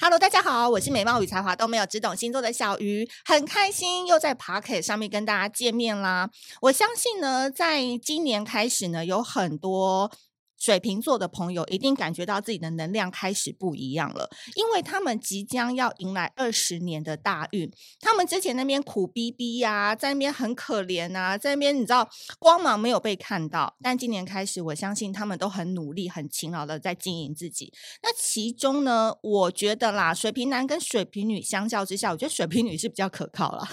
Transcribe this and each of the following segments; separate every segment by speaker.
Speaker 1: Hello，大家好，我是美貌与才华都没有，只懂星座的小鱼，很开心又在 Pocket 上面跟大家见面啦。我相信呢，在今年开始呢，有很多。水瓶座的朋友一定感觉到自己的能量开始不一样了，因为他们即将要迎来二十年的大运。他们之前那边苦逼逼呀、在那边很可怜啊，在那边你知道光芒没有被看到，但今年开始，我相信他们都很努力、很勤劳的在经营自己。那其中呢，我觉得啦，水瓶男跟水瓶女相较之下，我觉得水瓶女是比较可靠啦，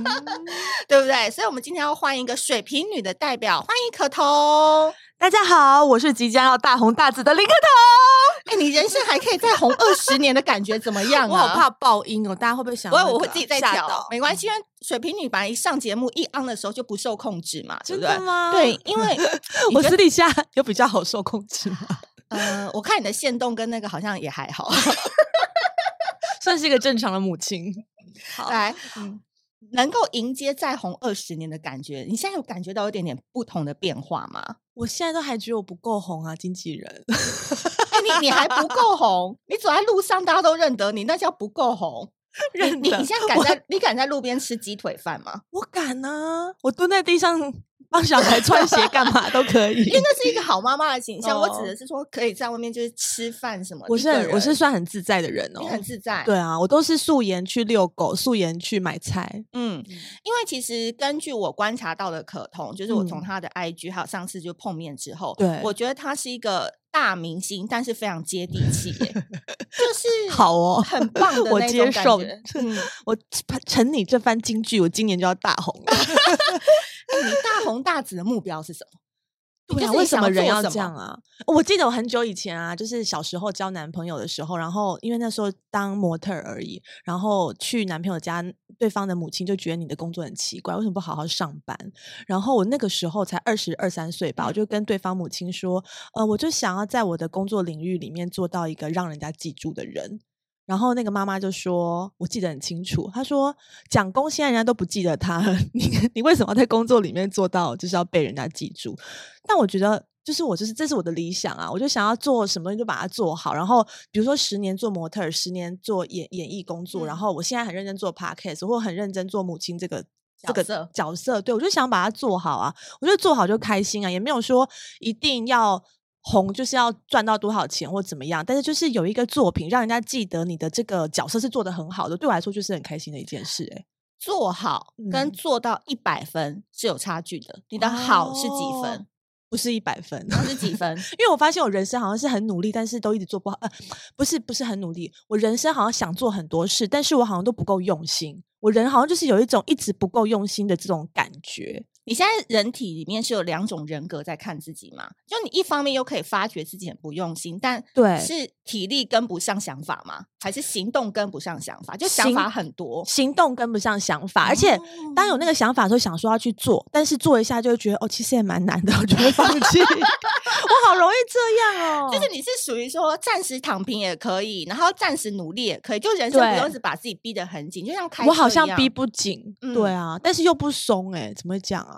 Speaker 1: 对不对？所以，我们今天要换一个水瓶女的代表，欢迎可彤。
Speaker 2: 大家好，我是即将要大红大紫的林克彤。
Speaker 1: 哎、你人生还可以再红二十年的感觉怎么样啊？
Speaker 2: 我好怕爆音哦，大家会不会想
Speaker 1: 我
Speaker 2: 那个啊？
Speaker 1: 我会自己嗯再
Speaker 2: 吓
Speaker 1: 调
Speaker 2: 到，嗯
Speaker 1: 没关系，因为水瓶女本来一上节目一昂的时候就不受控制嘛，对
Speaker 2: 真
Speaker 1: 不对
Speaker 2: 的？吗？
Speaker 1: 对，，因为
Speaker 2: 我
Speaker 1: 觉
Speaker 2: 私
Speaker 1: 得
Speaker 2: 底下有比较好受控制吗，
Speaker 1: 呃，我看你的线动跟那个好像也还好。
Speaker 2: 算是一个正常的母亲。好
Speaker 1: 来，
Speaker 2: 嗯
Speaker 1: 能够迎接再红二十年的感觉，你现在有感觉到有点点不同的变化吗？
Speaker 2: 我现在都还觉得我不够红啊，经纪 人。
Speaker 1: 哎你你还不够红，你走在路上大家都认得你，那叫不够红。你
Speaker 2: 认
Speaker 1: 你
Speaker 2: 得
Speaker 1: 你现在敢
Speaker 2: 我
Speaker 1: 在你敢在路边吃鸡腿饭吗？
Speaker 2: 我敢啊，我蹲在地上帮小孩穿鞋干嘛都可以
Speaker 1: 因为。那是一个好妈妈的形象。我指
Speaker 2: 哦
Speaker 1: 的是说，可以在外面就是吃饭什么。
Speaker 2: 我
Speaker 1: 一
Speaker 2: 是
Speaker 1: 个
Speaker 2: 很我是
Speaker 1: 人
Speaker 2: 算很自在的人哦
Speaker 1: 你，很自在，
Speaker 2: 对啊，我都是素颜去遛狗，素颜去买菜，
Speaker 1: 嗯，因为其实根据我观察到的可彤，就是我从
Speaker 2: 嗯
Speaker 1: 他的 IG 还有上次就碰面之后，
Speaker 2: 对
Speaker 1: 我觉得他是一个大明星，但是非常接地气耶，就是
Speaker 2: 好 哦
Speaker 1: 很棒的
Speaker 2: 我
Speaker 1: 那
Speaker 2: 接
Speaker 1: 种感
Speaker 2: 受
Speaker 1: 觉嗯，
Speaker 2: 我承你这番金句，我今年就要大红了。
Speaker 1: 哎你大红大紫的目标是什么？
Speaker 2: 对
Speaker 1: 就
Speaker 2: 啊，
Speaker 1: 是
Speaker 2: 为
Speaker 1: 你
Speaker 2: 什
Speaker 1: 想
Speaker 2: 么
Speaker 1: 要
Speaker 2: 人
Speaker 1: 做
Speaker 2: 要
Speaker 1: 什
Speaker 2: 这样
Speaker 1: 么
Speaker 2: 啊？我记得我很久以前啊，就是小时候交男朋友的时候，然后因为那时候当模特儿而已，然后去男朋友家，对方的母亲就觉得你的工作很奇怪，为什么不好好上班？然后我那个时候才二十二三岁吧，
Speaker 1: 嗯
Speaker 2: 我就跟对方母亲说，呃，我就想要在我的工作领域里面做到一个让人家记住的人。然后那个妈妈就说，我记得很清楚，她说蒋公啊现在人家都不记得他， 你你为什么要在工作里面做到就是要被人家记住？但我觉得就是我就是这是我的理想啊，我就想要做什么就把它做好。然后比如说十年做模特儿，十年做演演艺工作，然
Speaker 1: 嗯
Speaker 2: 后我现在很认真做 podcast，或很认真做母亲这个。这
Speaker 1: 角
Speaker 2: 个
Speaker 1: 色
Speaker 2: 角色，对我就想把它做好啊，我觉得做好就开心啊，也没有说一定要红，就是要赚到多少钱或怎么样，但是就是有一个作品让人家记得你的这个角色是做的很好的，对我来说就是很开心的一件事、欸。
Speaker 1: 做好跟
Speaker 2: 嗯
Speaker 1: 做到一百分是有差距的，你的好是几
Speaker 2: 哦
Speaker 1: 分？
Speaker 2: 不是一百分，
Speaker 1: 那是几分？
Speaker 2: 因为我发现我人生好像是很努力，但是都一直做不好。呃，不是不是很努力，我人生好像想做很多事，但是我好像都不够用心。我人好像就是有一种一直不够用心的这种感觉。
Speaker 1: 你现在人体里面是有两种人格在看自己嘛？就你一方面又可以发觉自己很不用心，但
Speaker 2: 对
Speaker 1: 是体力跟不上想法吗？还是行动跟不上想法？就想
Speaker 2: 行
Speaker 1: 法很多，
Speaker 2: 行动跟不上想法，而且当有那个想法的时候，想说要去做，但是做一下就会觉得哦，其实也蛮难的，我就会放弃。 我好容易这样哦，
Speaker 1: 就是你是属于说暂时躺平也可以，然后暂时努力也可以，就人生不用
Speaker 2: 对
Speaker 1: 是把自己逼得很紧，就像开
Speaker 2: 我
Speaker 1: 车
Speaker 2: 好
Speaker 1: 一
Speaker 2: 像
Speaker 1: 样
Speaker 2: 逼不紧，
Speaker 1: 嗯
Speaker 2: 对啊，但是又不松、欸，怎么会这样啊？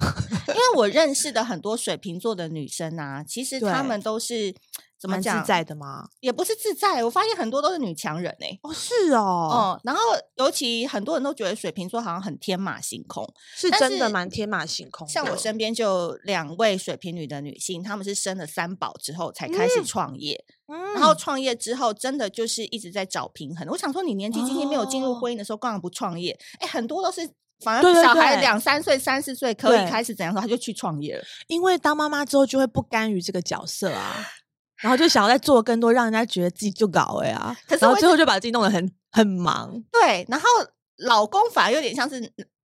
Speaker 1: 因为我认识的很多水瓶座的女生啊，其实她
Speaker 2: 对
Speaker 1: 们都是怎么
Speaker 2: 蛮自
Speaker 1: 讲
Speaker 2: 在的吗？
Speaker 1: 也不是自在，我发现很多都是女强人哎、
Speaker 2: 哦，是哦，
Speaker 1: 哦、然后尤其很多人都觉得水瓶座好像很天马行空，
Speaker 2: 是
Speaker 1: 但
Speaker 2: 真的
Speaker 1: 是
Speaker 2: 蛮天马行空的。
Speaker 1: 像我身边就有两位水瓶女的女性，她们是生了三宝之后才开始创业，
Speaker 2: 嗯，
Speaker 1: 然后创业之后真的就是一直在找平衡。我想说，你年纪轻轻没有进入
Speaker 2: 哦
Speaker 1: 婚姻的时候，干嘛不创业？哎，很多都是。反
Speaker 2: 对
Speaker 1: 而
Speaker 2: 对
Speaker 1: 小孩
Speaker 2: 对
Speaker 1: 两三岁、三四岁可以
Speaker 2: 对
Speaker 1: 开始怎样的时候，他就去创业了。
Speaker 2: 因为当妈妈之后就会不甘于这个角色啊，然后就想要再做更多，让人家觉得自己就搞哎、啊，
Speaker 1: 可是
Speaker 2: 然
Speaker 1: 我
Speaker 2: 后
Speaker 1: 一
Speaker 2: 最后就把自己弄得很很忙。
Speaker 1: 对，然后老公反而有点像是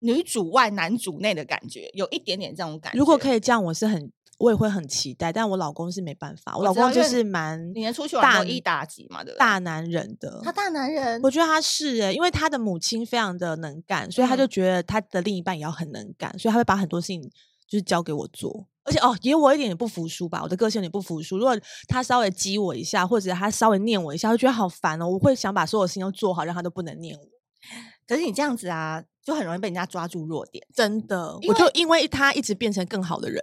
Speaker 1: 女主外男主内的感觉，有一点点这种感觉。
Speaker 2: 如果可以这样，我是很。我也会很期待，但我老公是没办法，我
Speaker 1: 我
Speaker 2: 老
Speaker 1: 知道
Speaker 2: 公就
Speaker 1: 因为
Speaker 2: 是蛮
Speaker 1: 你连出去玩
Speaker 2: 大
Speaker 1: 都一打几嘛，对不对？
Speaker 2: 大男人的，
Speaker 1: 他大男人，
Speaker 2: 嗯我觉得他是欸诶、因为他的母亲非常的能干，所以他就
Speaker 1: 嗯
Speaker 2: 觉得他的另一半也要很能干，所以他会把很多事情就是交给我做。而且哦，也有我一点点不服输吧，我的个性有点不服输。如果他稍微激我一下，或者他稍微念我一下，我觉得好烦哦。我会想把所有事情都做好，让他都不能念我。
Speaker 1: 可是你这样子啊，就很容易被人家抓住弱点，
Speaker 2: 真的，
Speaker 1: 因
Speaker 2: 我就因为他一直变成更好的人，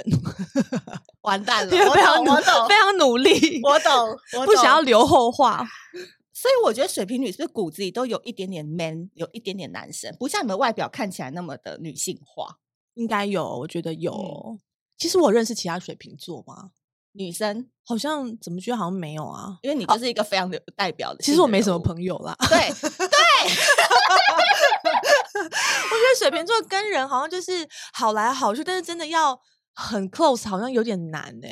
Speaker 1: 完蛋了。
Speaker 2: 因为
Speaker 1: 我
Speaker 2: 非常
Speaker 1: 懂，
Speaker 2: 努
Speaker 1: 我懂
Speaker 2: 非，常努力，
Speaker 1: 我懂，我
Speaker 2: 不想要
Speaker 1: 懂。
Speaker 2: 留后话。
Speaker 1: 所以我觉得水瓶女是不是骨子里都有一点点 man，有一点点男生，不像你们外表看起来那么的女性化。
Speaker 2: 应该有，我觉得有。其实我认识其他水瓶座吗？
Speaker 1: 女生，
Speaker 2: 好像怎么觉得好像没有啊？
Speaker 1: 因为你就是一个非常有代表的性格人物。
Speaker 2: 其实我没什么朋友啦，我
Speaker 1: 友。对，
Speaker 2: 觉得水瓶 座跟人好像就是好来好去，但是真的要很 close 好像有点难哎、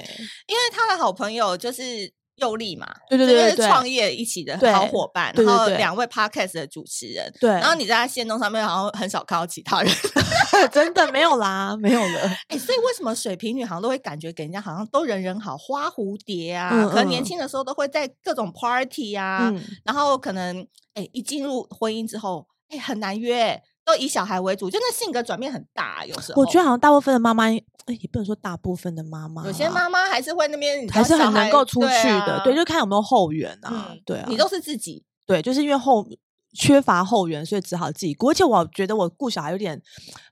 Speaker 1: 因为他的好朋友就是佑利嘛，
Speaker 2: 对对
Speaker 1: 这就
Speaker 2: 对
Speaker 1: 是
Speaker 2: 对
Speaker 1: 创业一起的
Speaker 2: 对
Speaker 1: 好伙伴，
Speaker 2: 对对
Speaker 1: 然后
Speaker 2: 对
Speaker 1: 两位 podcast 的主持人。
Speaker 2: 对，
Speaker 1: 然后你在他线动上面好像很少看到其他人，
Speaker 2: 真的没有啦，没有 了。
Speaker 1: 哎、所以为什么水瓶女好像都会感觉给人家好像都人人好，花蝴蝶啊，
Speaker 2: 嗯
Speaker 1: 可能年
Speaker 2: 嗯
Speaker 1: 轻的时候都会在各种 party 啊，
Speaker 2: 嗯，
Speaker 1: 然后可能哎、一进入婚姻之后，哎、很难约，都以小孩为主，真的性格转变很大，有时候
Speaker 2: 我觉得好像大部分的妈妈，哎也不能说大部分的妈妈啦，
Speaker 1: 有些妈妈还是会那边你知
Speaker 2: 还
Speaker 1: 道
Speaker 2: 是
Speaker 1: 小
Speaker 2: 很能
Speaker 1: 孩
Speaker 2: 够出去
Speaker 1: 对
Speaker 2: 的，
Speaker 1: 啊
Speaker 2: 对，就看有没有后援啊
Speaker 1: 嗯，
Speaker 2: 对啊，
Speaker 1: 你都是自己，
Speaker 2: 对，就是因为后缺乏后援，所以只好自己顾。而且我觉得我顾小孩有点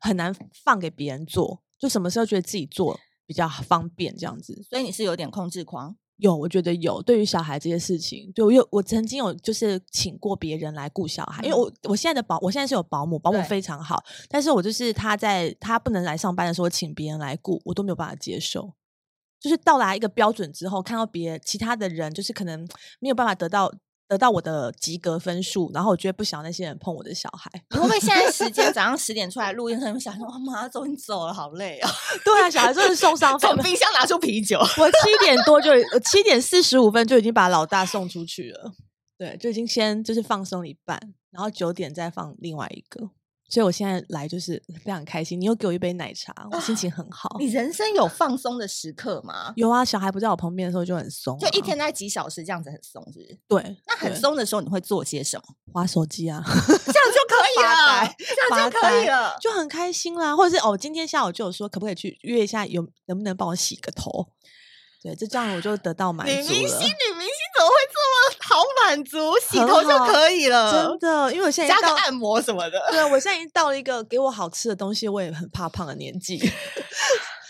Speaker 2: 很难放给别人做，就什么时候觉得自己做比较方便这样子。
Speaker 1: 所以你是有点控制狂。
Speaker 2: 有，我觉得有。对于小孩这些事情，对我有，我曾经有就是请过别人来顾小孩，因为
Speaker 1: 嗯
Speaker 2: 我我现在的保，我现在是有保姆，保姆
Speaker 1: 对
Speaker 2: 非常好，但是我就是他在他不能来上班的时候，我请别人来顾，我都没有办法接受。就是到达一个标准之后，看到别其他的人，就是可能没有办法得到得到我的及格分数，然后我觉得不想要那些人碰我的小孩。
Speaker 1: 你会不会现在时间早上十点出来录音，可能想说，哇哦妈，终于走了，好累啊！
Speaker 2: 对啊，小孩真的受伤 非
Speaker 1: 从
Speaker 2: 常
Speaker 1: 冰箱拿出啤 酒，
Speaker 2: 我七点多就我七点四十五分就已经把老大送出去了，对，就已经先就是放松一半，然后九点再放另外一个，所以我现在来就是非常开心。你又给我一杯奶茶，我心情很好。
Speaker 1: 你人生有放松的时刻吗？
Speaker 2: 有啊，小孩不在我旁边的时候就很松啊、
Speaker 1: 就一天大概几小时这样子很松，是不是？
Speaker 2: 对，
Speaker 1: 那很
Speaker 2: 对，
Speaker 1: 松的时候你会做些什么？
Speaker 2: 划手机啊，
Speaker 1: 这样就可以
Speaker 2: 发
Speaker 1: 了
Speaker 2: 呆，
Speaker 1: 这样就可
Speaker 2: 发呆
Speaker 1: 以了。
Speaker 2: 就很开心啦。或者是哦，今天下午就有说可不可以去约一下，有能不能帮我洗个头？对，就这样我就得到满
Speaker 1: 女
Speaker 2: 足
Speaker 1: 明
Speaker 2: 了。
Speaker 1: 星，女明星怎么会这么好满足？洗
Speaker 2: 很
Speaker 1: 头就
Speaker 2: 好
Speaker 1: 可以了
Speaker 2: 真，的，因为我现在
Speaker 1: 加个
Speaker 2: 到
Speaker 1: 按摩什么的。
Speaker 2: 对，啊我现在已经到了一个给我好吃的东西，我也很怕胖的年 纪。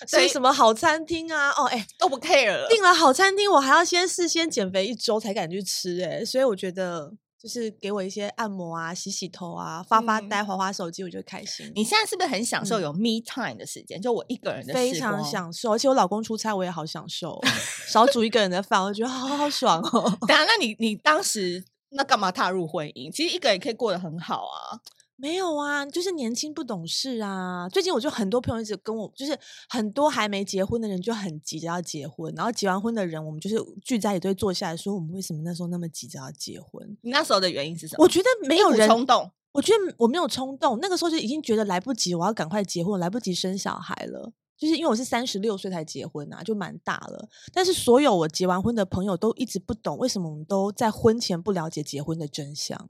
Speaker 2: 所以
Speaker 1: 对
Speaker 2: 什么好餐厅啊？哦，哎、
Speaker 1: 都不 care 了，
Speaker 2: 订了好餐厅，我还要先事先减肥一周才敢去吃、哎，所以我觉得就是给我一些按摩啊、洗洗头啊、发发
Speaker 1: 嗯
Speaker 2: 呆、滑滑手机，我就开心。
Speaker 1: 你现在是不是很享受
Speaker 2: 嗯
Speaker 1: 有 me time 的时间？就我一个人的
Speaker 2: 非
Speaker 1: 时
Speaker 2: 常
Speaker 1: 光。
Speaker 2: 享受，而且我老公出差，我也好享受 哦，少煮一个人的饭，我觉得好好爽哦。
Speaker 1: 等一下，那你你当时那干嘛踏入婚姻？其实一个人可以过得很好啊。
Speaker 2: 没有啊，就是年轻不懂事啊。最近我就很多朋友一直跟我，就是很多还没结婚的人就很急着要结婚，然后结完婚的人，我们就是聚在一起都会坐下来说，我们为什么那时候那么急着要结婚？
Speaker 1: 你那时候的原因是什么？
Speaker 2: 我觉得没
Speaker 1: 一
Speaker 2: 有
Speaker 1: 股
Speaker 2: 人
Speaker 1: 冲动，
Speaker 2: 我觉得我没有冲动，那个时候就已经觉得来不及，我要赶快结婚，来不及生小孩了。就是因为我是三十六岁才结婚啊，就蛮大了。但是所有我结完婚的朋友都一直不懂为什么我们都在婚前不了解结婚的真相，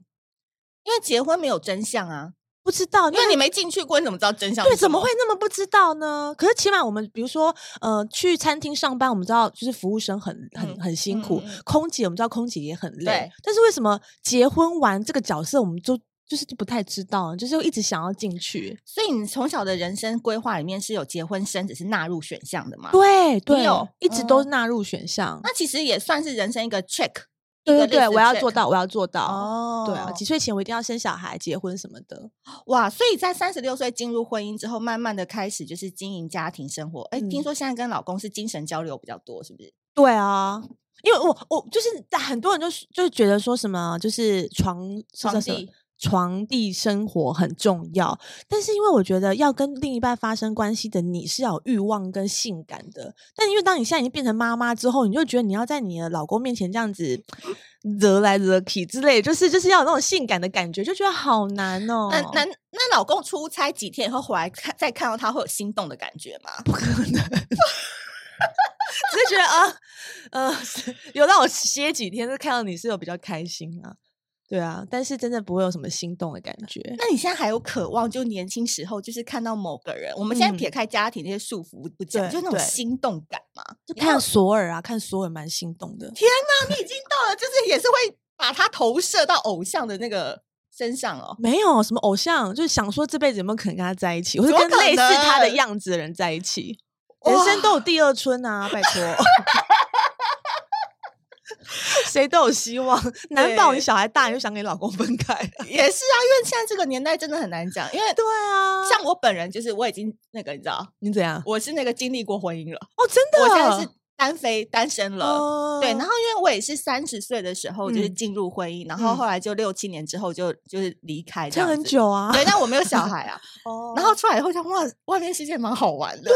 Speaker 1: 因为结婚没有真相啊，
Speaker 2: 不知道，
Speaker 1: 因为
Speaker 2: 那
Speaker 1: 你没进去过，你怎么知道真相？
Speaker 2: 对，怎么会？那么不知道呢？可是起码我们，比如说，呃，去餐厅上班，我们知道就是服务生很很
Speaker 1: 嗯
Speaker 2: 很辛苦，
Speaker 1: 嗯嗯嗯
Speaker 2: 空姐我们知道空姐也很累
Speaker 1: 对，
Speaker 2: 但是为什么结婚完这个角色，我们就就是不太知道，就是一直想要进去。
Speaker 1: 所以你从小的人生规划里面是有结婚生子是纳入选项的嘛？
Speaker 2: 对对
Speaker 1: 啊有，
Speaker 2: 一直都
Speaker 1: 嗯
Speaker 2: 纳入选项。
Speaker 1: 那其实也算是人生一个 check。
Speaker 2: 对对
Speaker 1: 一个
Speaker 2: 对，
Speaker 1: list
Speaker 2: 我要做
Speaker 1: check
Speaker 2: 到，我要做到。
Speaker 1: 哦
Speaker 2: 对啊，几岁前我一定要生小孩、结婚什么的。
Speaker 1: 哇！所以在三十六岁进入婚姻之后，慢慢的开始就是经营家庭生活。哎、
Speaker 2: 嗯
Speaker 1: 听说现在跟老公是精神交流比较多，是不是？
Speaker 2: 对啊，因为我我就是但很多人就是就是觉得说什么就是床是
Speaker 1: 床
Speaker 2: 叫什么
Speaker 1: 地
Speaker 2: 床地生活很重要，但是因为我觉得要跟另一半发生关系的你是要有欲望跟性感的，但因为当你现在已经变成妈妈之后，你就觉得你要在你的老公面前这样子惹来惹去之类，就是就是要有那种性感的感觉，就觉得好难哦。
Speaker 1: 那那那老公出差几天以后回来看，再看到他会有心动的感觉吗？
Speaker 2: 不可能。只是觉得啊，呃，有让我歇几天，就看到你是有比较开心啊，对啊，但是真的不会有什么心动的感觉。
Speaker 1: 那你现在还有渴望，就年轻时候就是看到某个人，我们现在撇开家庭那些束缚不讲，
Speaker 2: 嗯对
Speaker 1: 就那种
Speaker 2: 对
Speaker 1: 心动感嘛。
Speaker 2: 就
Speaker 1: 你还有
Speaker 2: 看索尔啊，看索尔蛮心动的，
Speaker 1: 天哪， 你已经到了，就是也是会把它投射到偶像的那个身上哦。
Speaker 2: 没有什么偶像，就是想说这辈子有没有可能跟他在一起，或者
Speaker 1: 怎么
Speaker 2: 跟类似
Speaker 1: 可
Speaker 2: 他的
Speaker 1: 能
Speaker 2: 样子的人在一起。
Speaker 1: 哇
Speaker 2: 人生都有第二春啊， 拜托，谁都有希 望。难保你
Speaker 1: 对
Speaker 2: 小孩大，你就想给老公分开。
Speaker 1: 也是啊，因为现在这个年代真的很难讲，因为
Speaker 2: 对啊，
Speaker 1: 像我本人就是我已经那个你知道，
Speaker 2: 你怎样？
Speaker 1: 我是那个经历过婚姻了，
Speaker 2: 哦，真的，
Speaker 1: 我现在是单飞单身了。
Speaker 2: 哦
Speaker 1: 对，然后因为我也是三十岁的时候就是
Speaker 2: 嗯
Speaker 1: 进入婚姻，然后
Speaker 2: 嗯
Speaker 1: 后来就六七年之后就就是离开这
Speaker 2: 这
Speaker 1: 样子，
Speaker 2: 很久啊。
Speaker 1: 对，但我没有小孩啊。
Speaker 2: 哦
Speaker 1: 然后出来以后想，哇，外面世界蛮好玩的，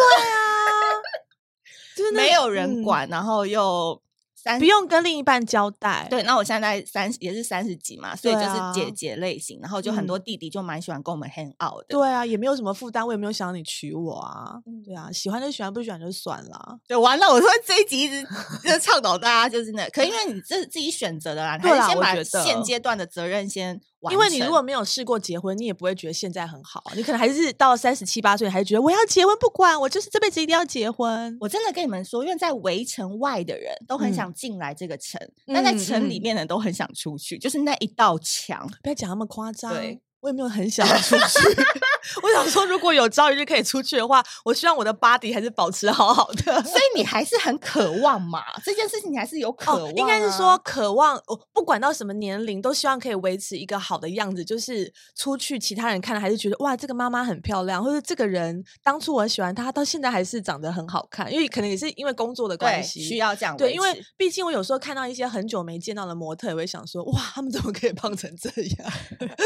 Speaker 2: 就是那
Speaker 1: 啊没有人
Speaker 2: 嗯
Speaker 1: 管，然后又三
Speaker 2: 不用跟另一半交代。
Speaker 1: 对，那我现在三十也是三十几嘛，所以就
Speaker 2: 对
Speaker 1: 是姐
Speaker 2: 啊嗯
Speaker 1: 姐类型，然后就很多弟弟就蛮喜欢跟我们 hang out 的，
Speaker 2: 对啊，也没有什么负担，我也没有想要你娶我啊。
Speaker 1: 嗯
Speaker 2: 对啊，喜欢就喜欢，不喜欢就算了。
Speaker 1: 对，完了，我说这一集一 直就倡导大家就是那，可因为你这自己选择的啦，你
Speaker 2: 对
Speaker 1: 还是
Speaker 2: 啦
Speaker 1: 先
Speaker 2: 我
Speaker 1: 把
Speaker 2: 觉得
Speaker 1: 现阶段的责任先完
Speaker 2: 因为你如
Speaker 1: 成
Speaker 2: 果没有试过结婚，你也不会觉得现在很好，啊你可能还是到三十七八岁，你还是觉得我要结婚，不管我就是这辈子一定要结婚。
Speaker 1: 我真的跟你们说，因为在围城外的人都很
Speaker 2: 嗯
Speaker 1: 想进来这个城，但在
Speaker 2: 嗯
Speaker 1: 城里
Speaker 2: 嗯
Speaker 1: 面的人都很想出去，就是那一道墙。
Speaker 2: 不要讲那么夸张
Speaker 1: 对，
Speaker 2: 我也没有很想要出去。 我想说，如果有朝一日可以出去的话，我希望我的 body 还是保持好好的。
Speaker 1: 所以你还是很渴望嘛，这件事情你还是有渴望、啊
Speaker 2: 哦，应该是说，渴望，我不管到什么年龄，都希望可以维持一个好的样子。就是出去，其他人看了还是觉得哇，这个妈妈很漂亮，或者这个人当初我很喜欢她，她到现在还是长得很好看。因为可能也是因为工作的
Speaker 1: 对，
Speaker 2: 关系，
Speaker 1: 需要这样
Speaker 2: 对，
Speaker 1: 维
Speaker 2: 因为
Speaker 1: 持
Speaker 2: 毕竟我有时候看到一些很久没见到的模特，也会想说，哇，他们怎么可以胖成这样？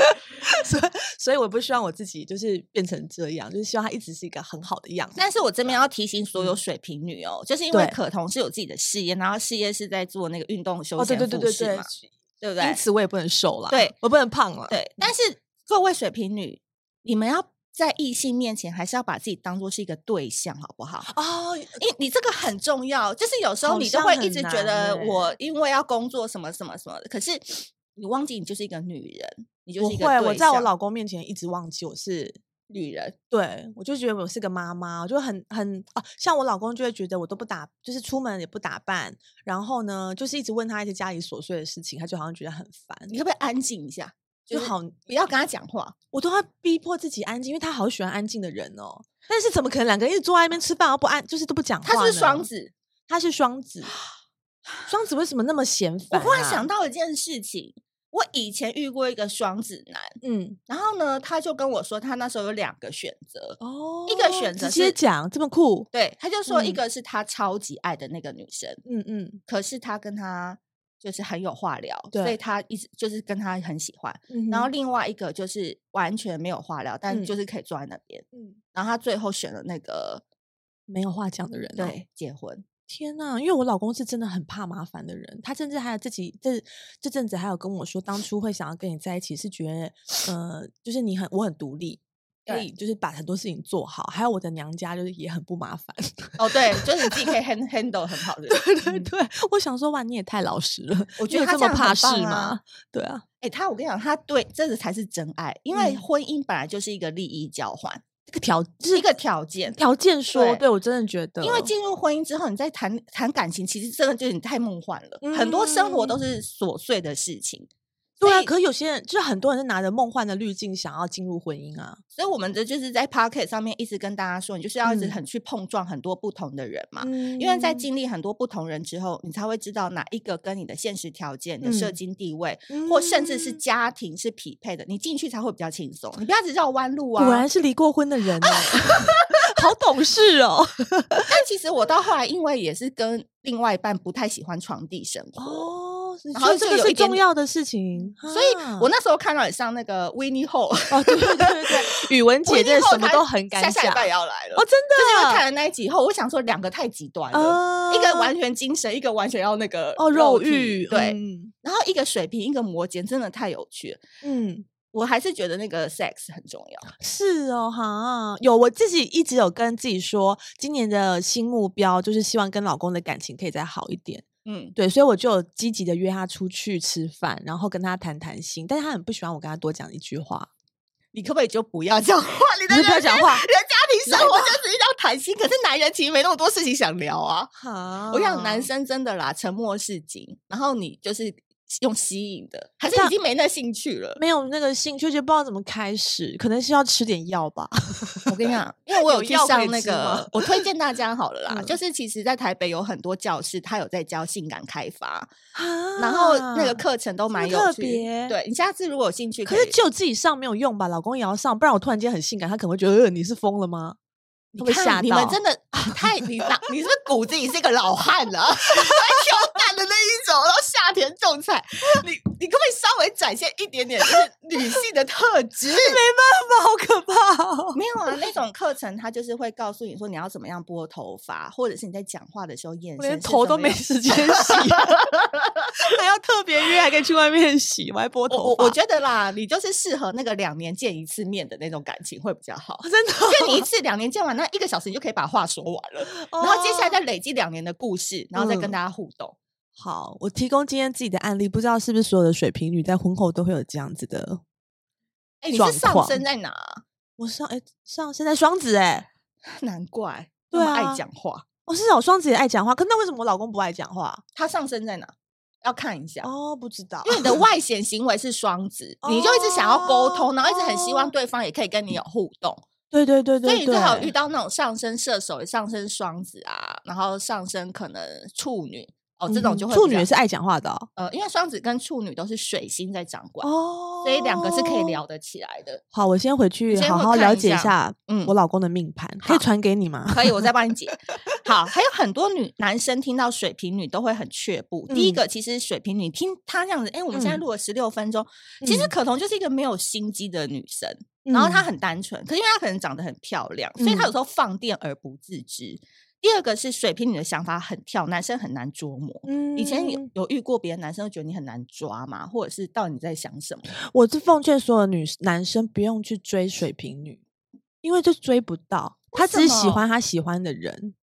Speaker 2: 所以，所以我不希望我自己就是变成这样，就是希望他一直是一个很好的样子。
Speaker 1: 但是我这边要提醒所有水瓶女哦，就是因为
Speaker 2: 嗯对
Speaker 1: 可彤是有自己的事业，然后事业是在做那个运动休
Speaker 2: 哦，对
Speaker 1: 闲
Speaker 2: 对对
Speaker 1: 服
Speaker 2: 对
Speaker 1: 饰
Speaker 2: 对
Speaker 1: 嘛，，对不对
Speaker 2: 因？此嗯我也不能瘦了，
Speaker 1: 对
Speaker 2: 我不能胖了，
Speaker 1: 对，但是各位水瓶女，你们要在异性面前，还是要把自己当做是一个对象，好不好？
Speaker 2: 哦，
Speaker 1: 因你这个很重要，就是有时候
Speaker 2: 好
Speaker 1: 你就
Speaker 2: 像
Speaker 1: 会一
Speaker 2: 很
Speaker 1: 直觉
Speaker 2: 难
Speaker 1: 得
Speaker 2: 欸
Speaker 1: 我因为要工作什么什么什么的，可是你忘记你就是一个女人，你就
Speaker 2: 我
Speaker 1: 是一个对象。
Speaker 2: 会，我在我老公面前一直忘记我是，
Speaker 1: 女人，
Speaker 2: 对我就觉得我是个妈妈，我就很很啊，像我老公就会觉得我都不打，就是出门也不打扮，然后呢，就是一直问他一些家里琐碎的事情，他就好像觉得很烦，
Speaker 1: 你可不可以安静一下？
Speaker 2: 就是好，
Speaker 1: 不要跟他讲话。
Speaker 2: 我都要逼迫自己安静，因为他好喜欢安静的人哦。但是怎么可能两个人一直坐在那边吃饭，然后不安，就是都不讲话？
Speaker 1: 他是不是双，子，
Speaker 2: 他是双子，双子为什么那么嫌
Speaker 1: 我
Speaker 2: 烦、啊？
Speaker 1: 忽然想，到一件事情，我以前遇过一个双子男，
Speaker 2: 嗯，
Speaker 1: 然后呢，他就跟我说，他那时候有两个选择，
Speaker 2: 哦
Speaker 1: 一个选择
Speaker 2: 直接
Speaker 1: 是
Speaker 2: 讲这么酷，
Speaker 1: 对，他就说一
Speaker 2: 嗯
Speaker 1: 个是他超级爱的那个女生，
Speaker 2: 嗯嗯
Speaker 1: 可是他跟他就是很有话聊，所以
Speaker 2: 对
Speaker 1: 他一直就是跟他很喜欢。
Speaker 2: 嗯哼，
Speaker 1: 然后另外一个就是完全没有话聊，但
Speaker 2: 嗯
Speaker 1: 就是可以坐在那边。
Speaker 2: 嗯
Speaker 1: 然后他最后选了那个
Speaker 2: 没有话讲的人、哦，
Speaker 1: 对结婚，
Speaker 2: 天呐，因为我老公是真的很怕麻烦的人，他甚至还有自己这这阵子还有跟我说，当初会想要跟你在一起是觉得，呃，就是你很我很独立，可
Speaker 1: 对
Speaker 2: 以就是把很多事情做好，还有我的娘家就是也很不麻烦。
Speaker 1: 哦对，就是你自己可以 hand- handle 很好的人。嗯
Speaker 2: 对对对，我想说哇，你也太老实了，
Speaker 1: 我
Speaker 2: 你
Speaker 1: 觉得
Speaker 2: 有
Speaker 1: 他
Speaker 2: 这
Speaker 1: 这
Speaker 2: 么
Speaker 1: 样
Speaker 2: 怕
Speaker 1: 很
Speaker 2: 事
Speaker 1: 棒啊
Speaker 2: 吗？对啊，
Speaker 1: 哎、他我跟你讲，他对这个才是真爱，因为
Speaker 2: 嗯
Speaker 1: 婚姻本来就是一个利益交换，
Speaker 2: 这个条就是
Speaker 1: 是一个条件。
Speaker 2: 条件说，
Speaker 1: 对
Speaker 2: 对我真的觉得，哦
Speaker 1: 因为进入婚姻之后，你再谈谈感情，其实真的就是你太梦幻了，很多生活都是
Speaker 2: 嗯
Speaker 1: 琐碎的事情。
Speaker 2: 对
Speaker 1: 所
Speaker 2: 啊，
Speaker 1: 以
Speaker 2: 可有些人就是很多人是拿着梦幻的滤镜想要进入婚姻啊，
Speaker 1: 所以我们的就是在 Pocket 上面一直跟大家说，你就是要一直
Speaker 2: 嗯
Speaker 1: 很去碰撞很多不同的人嘛。
Speaker 2: 嗯
Speaker 1: 因为在经历很多不同人之后，你才会知道哪一个跟你的现实条件、你的社
Speaker 2: 嗯
Speaker 1: 经地位，或甚至是
Speaker 2: 嗯
Speaker 1: 家庭是匹配的，你进去才会比较轻松。你不要只绕弯路啊！
Speaker 2: 果然是离过婚的人哦， 好懂事哦。
Speaker 1: 但其实我到后来，因为也是跟另外一半不太喜欢床地生活，
Speaker 2: 哦，你
Speaker 1: 然
Speaker 2: 觉
Speaker 1: 后
Speaker 2: 得这
Speaker 1: 就
Speaker 2: 个
Speaker 1: 有一
Speaker 2: 是
Speaker 1: 点
Speaker 2: 重
Speaker 1: 点
Speaker 2: 要的事情，
Speaker 1: 所以
Speaker 2: 啊
Speaker 1: 我那时候看到你上那个 w i n n i e Hall，
Speaker 2: 哦，对 对对 对，语文姐真的什么都很敢
Speaker 1: 下
Speaker 2: 讲，
Speaker 1: 下礼拜也要来了。
Speaker 2: 哦，
Speaker 1: 就是因为
Speaker 2: 真
Speaker 1: 看了那一集以后，我想说两个太极端
Speaker 2: 的
Speaker 1: 了。
Speaker 2: 啊
Speaker 1: 一个完全精神，一个完全要那个
Speaker 2: 哦肉
Speaker 1: 体
Speaker 2: 欲，
Speaker 1: 对，
Speaker 2: 嗯
Speaker 1: 然后一个水瓶，一个摩羯，真的太有趣了。
Speaker 2: 嗯，
Speaker 1: 我还是觉得那个 sex 很重要。
Speaker 2: 是哦，哈，有我自己一直有跟自己说，今年的新目标就是希望跟老公的感情可以再好一点。
Speaker 1: 嗯，
Speaker 2: 对，所以我就有积极的约他出去吃饭，然后跟他谈谈心，但是他很不喜欢我跟他多讲一句话，
Speaker 1: 你可不可以就不要讲话？你的
Speaker 2: 你不要
Speaker 1: 人
Speaker 2: 讲
Speaker 1: 生
Speaker 2: 话
Speaker 1: 人家庭生活就是要谈心，可是男人其实没那么多事情想聊啊。
Speaker 2: 哈
Speaker 1: 我想男生真的啦，沉默是金，然后你就是用吸引的，还是已
Speaker 2: 但
Speaker 1: 经没那兴趣 了。
Speaker 2: 没有那个兴趣，就不知道怎么开始，可能是要吃点药吧。
Speaker 1: 我跟你讲，因为我有
Speaker 2: 有
Speaker 1: 去
Speaker 2: 药可
Speaker 1: 上
Speaker 2: 以
Speaker 1: 那
Speaker 2: 吃吗
Speaker 1: 个，我推荐大家好了啦。
Speaker 2: 嗯
Speaker 1: 就是其实，在台北有很多教室，他有在教性感开发，然
Speaker 2: 然
Speaker 1: 后那个，课程都
Speaker 2: 这么
Speaker 1: 蛮有
Speaker 2: 特
Speaker 1: 趣。
Speaker 2: 别
Speaker 1: 对你下次如果有兴趣，
Speaker 2: 可是就自己上没有用吧，老公也要上，不然我突然间很性感，他可能会觉得、呃、你是疯了吗？
Speaker 1: 你
Speaker 2: 会不会
Speaker 1: 看
Speaker 2: 吓
Speaker 1: 你们
Speaker 2: 到
Speaker 1: 真 的太你哪你是不是骨子里是一个老汉了、啊， 挑担的那一种，然后夏天种菜，你你可不可以稍微展现一点点就是女性的特质？
Speaker 2: 没办法，好可怕、哦。
Speaker 1: 没有啊，那种课程他就是会告诉你说你要怎么样拨头发，或者是你在讲话的时候眼
Speaker 2: 我
Speaker 1: 神
Speaker 2: 连
Speaker 1: 是
Speaker 2: 头
Speaker 1: 怎
Speaker 2: 都
Speaker 1: 么
Speaker 2: 没
Speaker 1: 样
Speaker 2: 时 间洗，还要特别约，还可以去外面洗，我还拨头
Speaker 1: 我我我
Speaker 2: 得，
Speaker 1: 觉得啦，你就是适合那个两年见一次面的那种感情会比较 好
Speaker 2: 真的，
Speaker 1: 因为你一次两年见完，那一个小时你就可以把话说完了，然后接下来
Speaker 2: 哦
Speaker 1: 再累积两年的故事，然后再跟
Speaker 2: 嗯
Speaker 1: 大家互动。
Speaker 2: 好，我提供今天自己的案例，不知道是不是所有的水瓶女在婚后都会有这样子的。
Speaker 1: 哎、你
Speaker 2: 状
Speaker 1: 是上
Speaker 2: 况
Speaker 1: 升在哪 啊？
Speaker 2: 我上哎、上现在双子哎、
Speaker 1: 难怪，
Speaker 2: 对
Speaker 1: 那么
Speaker 2: 啊
Speaker 1: 爱讲话。
Speaker 2: 我、是哦，双子也爱讲话，可那为什么我老公不爱讲话？
Speaker 1: 他上升在哪？要看一下，
Speaker 2: 哦，不知道，
Speaker 1: 因为你的外显行为是双子，你就一直想要沟通，然后一直很希望
Speaker 2: 哦
Speaker 1: 对方也可以跟你有互动，
Speaker 2: 对对对对
Speaker 1: 所以你最好遇
Speaker 2: 到
Speaker 1: 到那种上升射手、上升双子啊，然后上升可能处女哦，这种就会
Speaker 2: 嗯处
Speaker 1: 比
Speaker 2: 女
Speaker 1: 较
Speaker 2: 也是爱讲话的哦
Speaker 1: 呃，因为双子跟处女都是水星在掌管，
Speaker 2: 哦
Speaker 1: 所以两个是可以。聊得起来的。
Speaker 2: 好，我先回去
Speaker 1: 先
Speaker 2: 好
Speaker 1: 会
Speaker 2: 好
Speaker 1: 看
Speaker 2: 了
Speaker 1: 一
Speaker 2: 解一
Speaker 1: 下
Speaker 2: 下
Speaker 1: 嗯
Speaker 2: 我老公的命盘，可以
Speaker 1: 好
Speaker 2: 传给 你吗？
Speaker 1: 可以，我再帮你解。 好，还有很多女男生听到水瓶女都会很却步。第一
Speaker 2: 嗯
Speaker 1: 个，其实水瓶女听她这样子，哎、我们现在
Speaker 2: 嗯
Speaker 1: 录了十六分钟，其实
Speaker 2: 嗯
Speaker 1: 可彤就是一个没有心机的女生，然后她
Speaker 2: 嗯
Speaker 1: 很单纯，可是因为她可能长得很漂亮，所以她有
Speaker 2: 嗯
Speaker 1: 时候放电而不自知。第二个是水瓶女的想法很跳，男生很难捉摸。
Speaker 2: 嗯
Speaker 1: 以前有有遇过别的男生，觉得你很难抓嘛，或者是到底你在想什么？
Speaker 2: 我是奉劝所有女男生不用去追水瓶女，因为就追不到，他只是喜
Speaker 1: 什
Speaker 2: 欢他喜欢的人，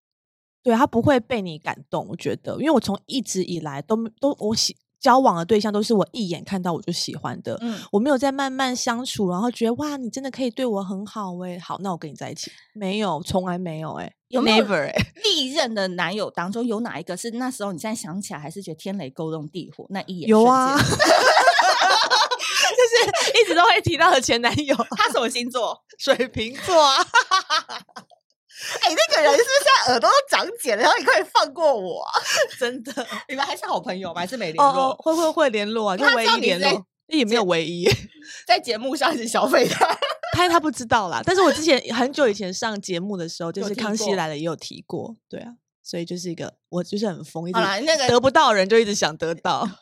Speaker 2: 对他不会被你感动。我觉得，因为我从一直以来都都我喜交往的对象都是我一眼看到我就喜欢的。
Speaker 1: 嗯，
Speaker 2: 我没有在慢慢相处，然后觉得哇，你真的可以对我很好哎、好，那我跟你在一起，没有，从来没有哎、
Speaker 1: 有没有
Speaker 2: never 哎、
Speaker 1: 历任的男友当中，有哪一个是那时候你现在想起来还是觉得天雷勾动地火那一眼？
Speaker 2: 有啊，，就是一直都会提到的前男 友啊，
Speaker 1: 他什么星座？
Speaker 2: 水瓶座啊，
Speaker 1: 哎、那个人是不是现在耳朵都长茧了？然后你可以放过我啊？
Speaker 2: 真的。
Speaker 1: 你们还是好朋友吗？还是没联
Speaker 2: 哦
Speaker 1: 络？
Speaker 2: 哦，会会会联络啊，就
Speaker 1: 那他
Speaker 2: 唯
Speaker 1: 知道
Speaker 2: 一
Speaker 1: 你
Speaker 2: 联
Speaker 1: 在
Speaker 2: 络，也没有唯一，
Speaker 1: 在节目上是消费他，
Speaker 2: 他他不知道啦。但是我之前很久以前上节目的时候，就
Speaker 1: 有
Speaker 2: 是
Speaker 1: 提
Speaker 2: 康熙
Speaker 1: 过
Speaker 2: 来了也有提过，对啊，所以就是一个我就是很疯，一 直
Speaker 1: 好啦那个
Speaker 2: 得不到的人就一直想得到。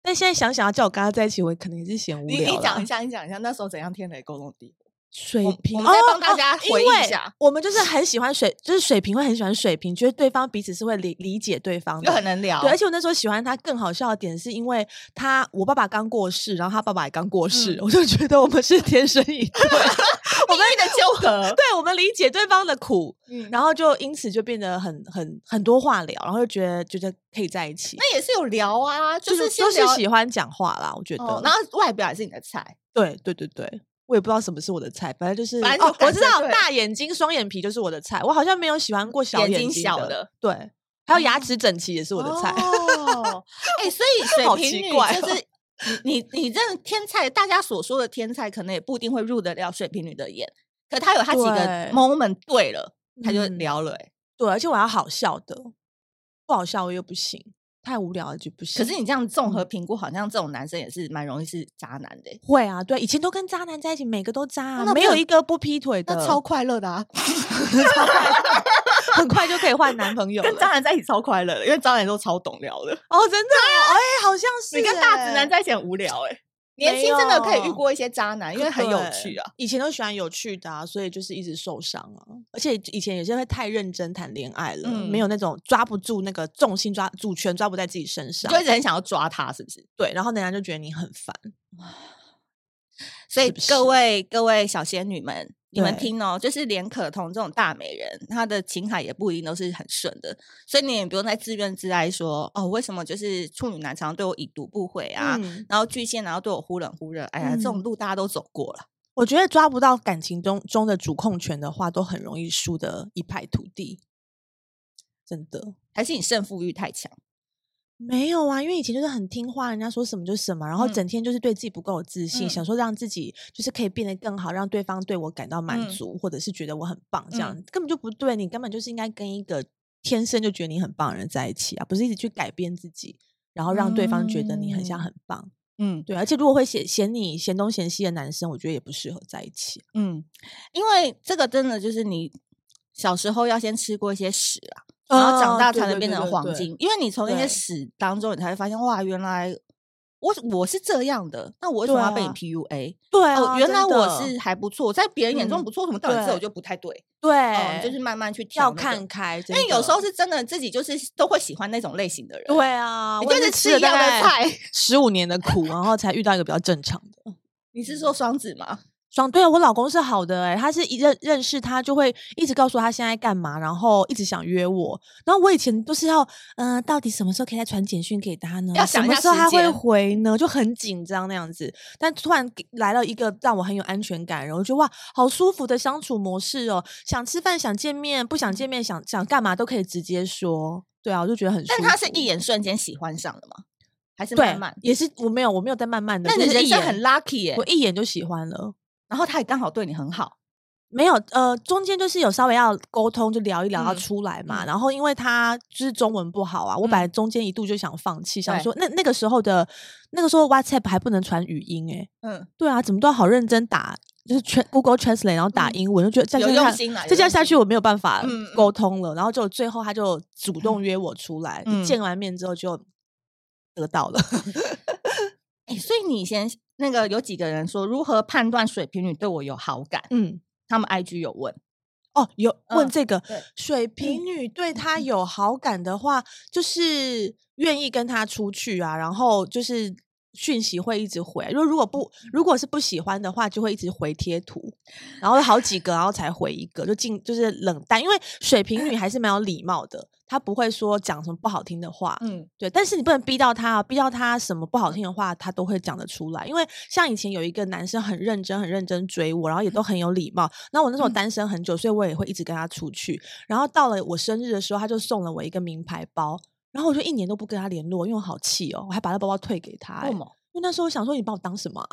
Speaker 2: 但现在想想要叫我跟他在一起，我可能也是嫌无
Speaker 1: 你
Speaker 2: 聊
Speaker 1: 你讲
Speaker 2: 啦
Speaker 1: 一下，你讲一下那时候怎样天雷勾动地火？
Speaker 2: 水
Speaker 1: 我
Speaker 2: 瓶，
Speaker 1: 我们再
Speaker 2: 哦
Speaker 1: 帮大
Speaker 2: 哦
Speaker 1: 家
Speaker 2: 因
Speaker 1: 回忆一
Speaker 2: 为
Speaker 1: 下
Speaker 2: 我们就是很喜欢水，就是水瓶会很喜欢水瓶，觉得对方彼此是会理理解对方
Speaker 1: 就
Speaker 2: 的
Speaker 1: 很。能聊，
Speaker 2: 对，而且我那时候喜欢他更好笑的点，是因为他我爸爸刚过世，然后他爸爸也刚过世，
Speaker 1: 嗯
Speaker 2: 我就觉得我们是天生一 对，
Speaker 1: 我们的纠 合，
Speaker 2: 对我们理解对方的苦，
Speaker 1: 嗯，
Speaker 2: 然后就因此就变得很很很多话聊，然后就觉得觉得可以在一起，
Speaker 1: 那也是有聊啊，
Speaker 2: 就是
Speaker 1: 先
Speaker 2: 都是
Speaker 1: 聊
Speaker 2: 喜欢讲话啦，我觉得。
Speaker 1: 哦，然后外表也是你的菜，
Speaker 2: 对对对对。我也不知道什么是我的菜，反正就是
Speaker 1: 反正就
Speaker 2: 哦，我
Speaker 1: 感
Speaker 2: 知
Speaker 1: 觉
Speaker 2: 道
Speaker 1: 对
Speaker 2: 大眼睛、双眼皮就是我的菜。我好像没有喜欢过小
Speaker 1: 眼
Speaker 2: 眼
Speaker 1: 睛
Speaker 2: 睛
Speaker 1: 小的
Speaker 2: 的，对，还有牙齿整齐也是我的菜。
Speaker 1: 哦，哎、所以
Speaker 2: 好
Speaker 1: 水瓶
Speaker 2: 奇
Speaker 1: 女
Speaker 2: 怪
Speaker 1: 就
Speaker 2: 哦
Speaker 1: 是你你你这天才，大家所说的天才，可能也不一定会入得了水瓶女的眼，可她有她几个
Speaker 2: 对
Speaker 1: moment 对了，她就
Speaker 2: 嗯
Speaker 1: 聊了、欸。
Speaker 2: 对，而且我要好笑的，不好笑我又不行，太无聊了就不行。
Speaker 1: 可是嗯你这样综合评估，好像这种男生也是蛮容易是渣男的欸、
Speaker 2: 会啊，对，以前都跟渣男在一起，每个都渣、啊，
Speaker 1: 哦那
Speaker 2: 没
Speaker 1: 这
Speaker 2: 有一个不劈腿的，
Speaker 1: 那超快乐的啊，
Speaker 2: 很快就可以换男朋友了。
Speaker 1: 跟渣男在一起超快乐的，因为渣男都超懂聊的。
Speaker 2: 哦，真的哦，哎、好像是
Speaker 1: 啊你跟大直
Speaker 2: 欸
Speaker 1: 男在一起很无聊哎、年
Speaker 2: 没
Speaker 1: 轻真的可以遇
Speaker 2: 有
Speaker 1: 过一些渣男，因为很有
Speaker 2: 对
Speaker 1: 趣啊。。
Speaker 2: 以前都喜欢有趣的啊，所以就是一直受伤啊。而且以前也是会太认真谈恋爱了，没有
Speaker 1: 嗯
Speaker 2: 那种抓不住那个重心抓主权抓不在自己身
Speaker 1: 啊
Speaker 2: 上
Speaker 1: 就。一直很想要抓他，是不是？
Speaker 2: 对，然后人家就觉得你很烦。
Speaker 1: 所以
Speaker 2: 是不是
Speaker 1: 各位各位小仙女们，你们
Speaker 2: 对
Speaker 1: 听哦，就是连可彤这种大美人，她的情海也不一定都是很顺的，所以你也不用再自怨自艾说哦，为什么就是处女男常常对我已读不回啊，
Speaker 2: 嗯
Speaker 1: 然后巨蟹然后对我忽冷忽热，哎呀，这种
Speaker 2: 嗯
Speaker 1: 路大家都走过了。
Speaker 2: 我觉得抓不到感情中中的主控权的话，都很容易输得一败涂地。真的
Speaker 1: 还是你胜负欲太强，
Speaker 2: 没有啊，因为以前就是很听话，人家说什么就什么，然后
Speaker 1: 嗯
Speaker 2: 整天就是对自己不够有自信，
Speaker 1: 嗯
Speaker 2: 想说让自己就是可以变得更好，让对方对我感到满
Speaker 1: 嗯
Speaker 2: 足，或者是觉得我很棒，这
Speaker 1: 嗯
Speaker 2: 样、根本就不对。你根本就是应该跟一个天生就觉得你很棒的人在一起啊，不是一直去改变自己，然后让对方觉得你很像
Speaker 1: 嗯
Speaker 2: 很棒。
Speaker 1: 嗯
Speaker 2: 对，而且如果会嫌嫌你嫌东嫌西的男生，我觉得也不适合在一起啊。
Speaker 1: 嗯，因为这个真的就是你小时候要先吃过一些屎啊，然后长
Speaker 2: 啊
Speaker 1: 大
Speaker 2: 对
Speaker 1: 才能
Speaker 2: 对
Speaker 1: 变
Speaker 2: 对
Speaker 1: 成
Speaker 2: 对
Speaker 1: 黄
Speaker 2: 对
Speaker 1: 金，因为你从那些
Speaker 2: 对
Speaker 1: 屎当中，你才会发现哇，原来我我是这样的，那我为什么要被你
Speaker 2: 对啊
Speaker 1: PUA？、
Speaker 2: 对
Speaker 1: 哦，
Speaker 2: 啊
Speaker 1: 原
Speaker 2: 真
Speaker 1: 来我
Speaker 2: 的
Speaker 1: 是还不错，我在别人眼中
Speaker 2: 嗯
Speaker 1: 不错，怎么到你这我
Speaker 2: 对
Speaker 1: 就不太对？哦
Speaker 2: 对
Speaker 1: 你，就是慢慢去调那
Speaker 2: 要
Speaker 1: 个
Speaker 2: 看，开，
Speaker 1: 因
Speaker 2: 因
Speaker 1: 为有时候是真的自己就是都会喜欢那种类型的人，
Speaker 2: 对，啊，
Speaker 1: 你
Speaker 2: 我
Speaker 1: 就
Speaker 2: 也
Speaker 1: 是
Speaker 2: 是
Speaker 1: 吃一样的菜。
Speaker 2: 十五年的苦，然后才遇到一个比较正常的。
Speaker 1: 你是说双子吗？
Speaker 2: 双对啊，我老公是好的、欸，他是一认认识他就会一直告诉我他现在干嘛，然后一直想约我。然后我以前都是要，嗯、到底什么时候可以再传简讯给他呢？
Speaker 1: 要
Speaker 2: 什
Speaker 1: 想一
Speaker 2: 么
Speaker 1: 下
Speaker 2: 时候
Speaker 1: 时
Speaker 2: 他会
Speaker 1: 间
Speaker 2: 回呢？就很紧张那样子。但突然给来了一个让我很有安全感，然后就哇，好舒服的相处模式哦。想吃饭，想见面，不想见面，想想干嘛都可以直接说。对啊，我就觉得很舒
Speaker 1: 但
Speaker 2: 服。
Speaker 1: 他是一眼瞬间喜欢上了吗？还是
Speaker 2: 对
Speaker 1: 慢慢？
Speaker 2: 也是我没有我没有在慢慢的，
Speaker 1: 那
Speaker 2: 就
Speaker 1: 你
Speaker 2: 是
Speaker 1: 人
Speaker 2: 一
Speaker 1: 生
Speaker 2: 眼
Speaker 1: 很 lucky 耶、
Speaker 2: 我一眼就喜欢了。
Speaker 1: 然后他也刚好对你很好，
Speaker 2: 没有，呃，中间就是有稍微要沟通，就聊一聊要
Speaker 1: 嗯
Speaker 2: 出来嘛。
Speaker 1: 嗯
Speaker 2: 然后因为他就是中文不好啊，我本
Speaker 1: 嗯
Speaker 2: 来中间一度就想放弃，想
Speaker 1: 对
Speaker 2: 说那那个时候的那个时候 WhatsApp 还不能传语音诶、
Speaker 1: 嗯，
Speaker 2: 对啊，怎么都要好认真打，就是 tra- Google Translate 然后打
Speaker 1: 嗯
Speaker 2: 英文，就觉得再
Speaker 1: 有
Speaker 2: 这
Speaker 1: 用
Speaker 2: 样
Speaker 1: 心啦
Speaker 2: 再这
Speaker 1: 有
Speaker 2: 样
Speaker 1: 用
Speaker 2: 下去
Speaker 1: 心
Speaker 2: 我没有办法
Speaker 1: 嗯嗯
Speaker 2: 沟通了。然后就最后他就主动约我出来，
Speaker 1: 嗯
Speaker 2: 见完面之后就得到了。
Speaker 1: 哎、所以你以前那个有几个人说如何判断水瓶女对我有好感？
Speaker 2: 嗯，
Speaker 1: 他们 IG 有问，
Speaker 2: 哦，有问
Speaker 1: 嗯
Speaker 2: 这个、
Speaker 1: 对
Speaker 2: 水瓶女对他有好感的话，就是愿意跟他出去啊，然后就是讯息会一直回。如果如果
Speaker 1: 嗯
Speaker 2: 不如果是不喜欢的话，就会一直回贴图，然后好几个，然后才回一个，就进就是冷淡。因为水瓶女还是蛮有礼貌的，她不会说讲什么不好听的话，
Speaker 1: 嗯
Speaker 2: 对，但是你不能逼到他啊，逼到他什么不好听的话，他都会讲得出来。因为像以前有一个男生很认真、很认真追我，然后也都很有礼貌。那我那时
Speaker 1: 嗯
Speaker 2: 候单身很久，所以我也会一直跟他出去。然后到了我生日的时候，他就送了我一个名牌包，然后我就一年都不跟他联络，因为我好气哦，我还把那包包退给他、欸。
Speaker 1: 为
Speaker 2: 因
Speaker 1: 什么
Speaker 2: 为那时候我想说，你把我当什么 啊、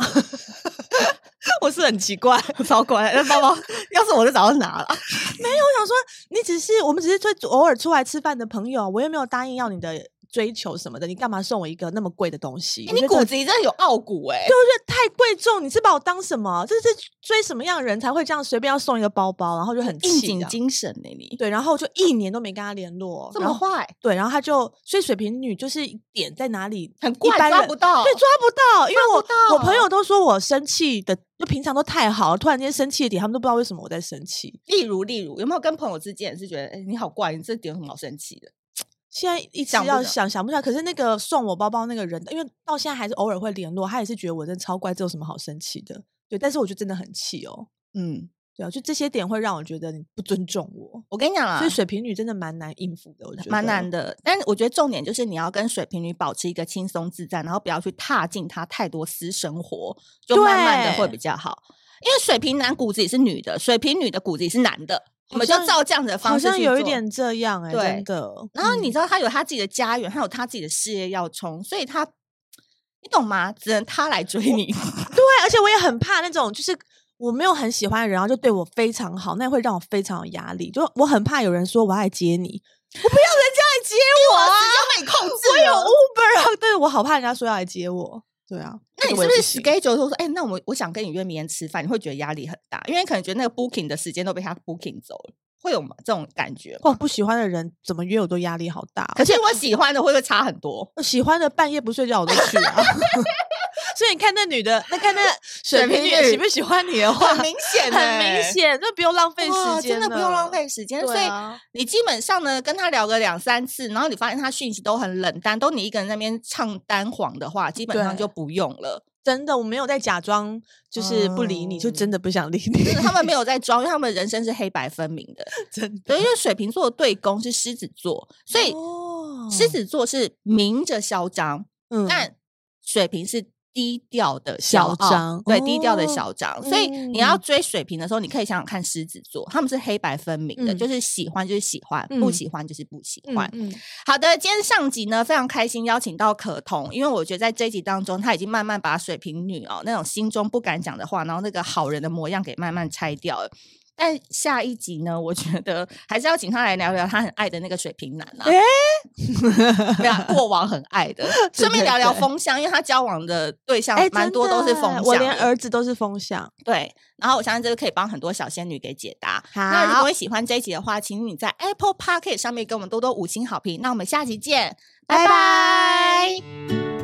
Speaker 2: 我是很奇怪，超怪。那包包
Speaker 1: 要是我就早就拿了。
Speaker 2: 我想说， 你只是我们只是最偶尔出来吃饭的朋友啊，我又没有答应要你的追求什么的，你干嘛送我一个那么贵的东西？
Speaker 1: 哎
Speaker 2: 我觉
Speaker 1: 你
Speaker 2: 得这
Speaker 1: 骨子里真的有傲骨哎、
Speaker 2: 对，我觉得太贵重，你是把我当什么？这是追什么样的人才会这样随便要送一个包包，然后就很
Speaker 1: 应
Speaker 2: 气这
Speaker 1: 景
Speaker 2: 样。
Speaker 1: 精神呢、你
Speaker 2: 对，然后就一年都没跟他联络，
Speaker 1: 这
Speaker 2: 然
Speaker 1: 么
Speaker 2: 后
Speaker 1: 坏，
Speaker 2: 对，然后他就所以水瓶女就是点在哪里
Speaker 1: 很
Speaker 2: 一
Speaker 1: 怪
Speaker 2: 般
Speaker 1: 抓
Speaker 2: 人
Speaker 1: 不到，
Speaker 2: 对，抓不到，因为
Speaker 1: 抓
Speaker 2: 我
Speaker 1: 不到
Speaker 2: 我朋友都说我生气的，就平常都太好了，突然间生气的点，他们都不知道为什么我在生气。
Speaker 1: 例如例如有没有跟朋友之间是觉得哎、你好怪，你这点有什么好生气的？
Speaker 2: 现在一直
Speaker 1: 想不
Speaker 2: 要
Speaker 1: 起来
Speaker 2: 想想不起来，可是那个送我包包那个人，因为到现在还是偶尔会联络，他也是觉得我真的超乖，这有什么好生气的？对，但是我就真的很气哦。
Speaker 1: 嗯，
Speaker 2: 对啊，就这些点会让我觉得你不尊重我，
Speaker 1: 我跟你讲啊，
Speaker 2: 所以水瓶女真的蛮难应付的，我觉得
Speaker 1: 蛮难。的，但是我觉得重点就是你要跟水瓶女保持一个轻松自在，然后不要去踏进她太多私生活，就慢慢的会
Speaker 2: 对
Speaker 1: 比较好。因为水瓶男骨子里是女的，水瓶女的骨子里是男的，我
Speaker 2: 好
Speaker 1: 们就
Speaker 2: 像
Speaker 1: 照这样子的
Speaker 2: 好
Speaker 1: 方式
Speaker 2: 像
Speaker 1: 去
Speaker 2: 有一
Speaker 1: 做
Speaker 2: 点这样哎、
Speaker 1: 对
Speaker 2: 真的。嗯
Speaker 1: 然后你知
Speaker 2: 道，
Speaker 1: 道，他有他自己的家园，还有他自己的事业要冲，所以他，你懂吗？只能他来追你。
Speaker 2: 对，而且我也很怕那种，就是我没有很喜欢的人，然后就对我非常好，那会让我非常有压力。就我很怕有人说我要来接你， 我不要人家来接我啊！
Speaker 1: 被控制
Speaker 2: 我有
Speaker 1: 了
Speaker 2: Uber 啊，对我好怕人家说要来接我。对啊，
Speaker 1: 那
Speaker 2: 这
Speaker 1: 你
Speaker 2: 个我
Speaker 1: 是
Speaker 2: 也
Speaker 1: 不是
Speaker 2: 行
Speaker 1: schedule 说，哎、那我我想跟你约明天吃饭，你会觉得压力很大，因为可能觉得那个 booking 的时间都被他 booking 走了，会有吗这种感觉吗？
Speaker 2: 哇，不喜欢的人怎么约我都压力好大哦、
Speaker 1: 可是我喜欢的会不会差很 多？
Speaker 2: 喜欢的半夜不睡觉我都去啊。 所以你看那女的，那看那水
Speaker 1: 水瓶
Speaker 2: 瓶女
Speaker 1: 女
Speaker 2: 喜不喜欢你的话，
Speaker 1: 很明显
Speaker 2: 很明
Speaker 1: 欸
Speaker 2: 显，这不用浪费
Speaker 1: 哇
Speaker 2: 时间
Speaker 1: 真
Speaker 2: 了，
Speaker 1: 的不用浪费时间。
Speaker 2: 对
Speaker 1: 所以
Speaker 2: 啊
Speaker 1: 你基本上呢，跟他聊个两三次，然后你发现他讯息都很冷淡，都你一个人在那边唱单簧的话，基本上
Speaker 2: 对
Speaker 1: 就不用了。
Speaker 2: 真的，我没有在假装，就是不理你，就真的不想理你。
Speaker 1: 就是他们没有在装，因为他们人生是黑白分明的。
Speaker 2: 真
Speaker 1: 对，因为水瓶座的对宫是狮子座，所以
Speaker 2: 哦
Speaker 1: 狮子座是明着嚣张，
Speaker 2: 嗯
Speaker 1: 但水瓶是低调的小
Speaker 2: 嚣张
Speaker 1: 对，低调的
Speaker 2: 哦
Speaker 1: 嚣张。所以你要
Speaker 2: 嗯
Speaker 1: 追水瓶的时候，你可以想想看狮子座，他们是黑白分明的，
Speaker 2: 嗯
Speaker 1: 就是喜欢就是喜欢，不
Speaker 2: 嗯
Speaker 1: 喜欢就是不喜
Speaker 2: 嗯
Speaker 1: 欢。
Speaker 2: 嗯
Speaker 1: 好的，今天上集呢非常开心邀请到可彤，因为我觉得在这一集当中，她已经慢慢把水瓶女哦那种心中不敢讲的话，然后那个好人的模样给慢慢拆掉了。但下一集呢，我觉得还是要请她来聊聊她很爱的那个水瓶男啊，对啊，过往很爱 的，顺便聊聊
Speaker 2: 对
Speaker 1: 风向，因为她交往的对象
Speaker 2: 哎，
Speaker 1: 蛮
Speaker 2: 真
Speaker 1: 多都是
Speaker 2: 的
Speaker 1: 风
Speaker 2: 我连
Speaker 1: 向的，
Speaker 2: 儿子都是风向。
Speaker 1: 对。然后我相信这个可以帮很多小仙女给解答。那如
Speaker 2: 好
Speaker 1: 果，喜欢这一集的话，请你在 Apple p o c k e t 上面给我们多多五星好评。那我们下集见，拜拜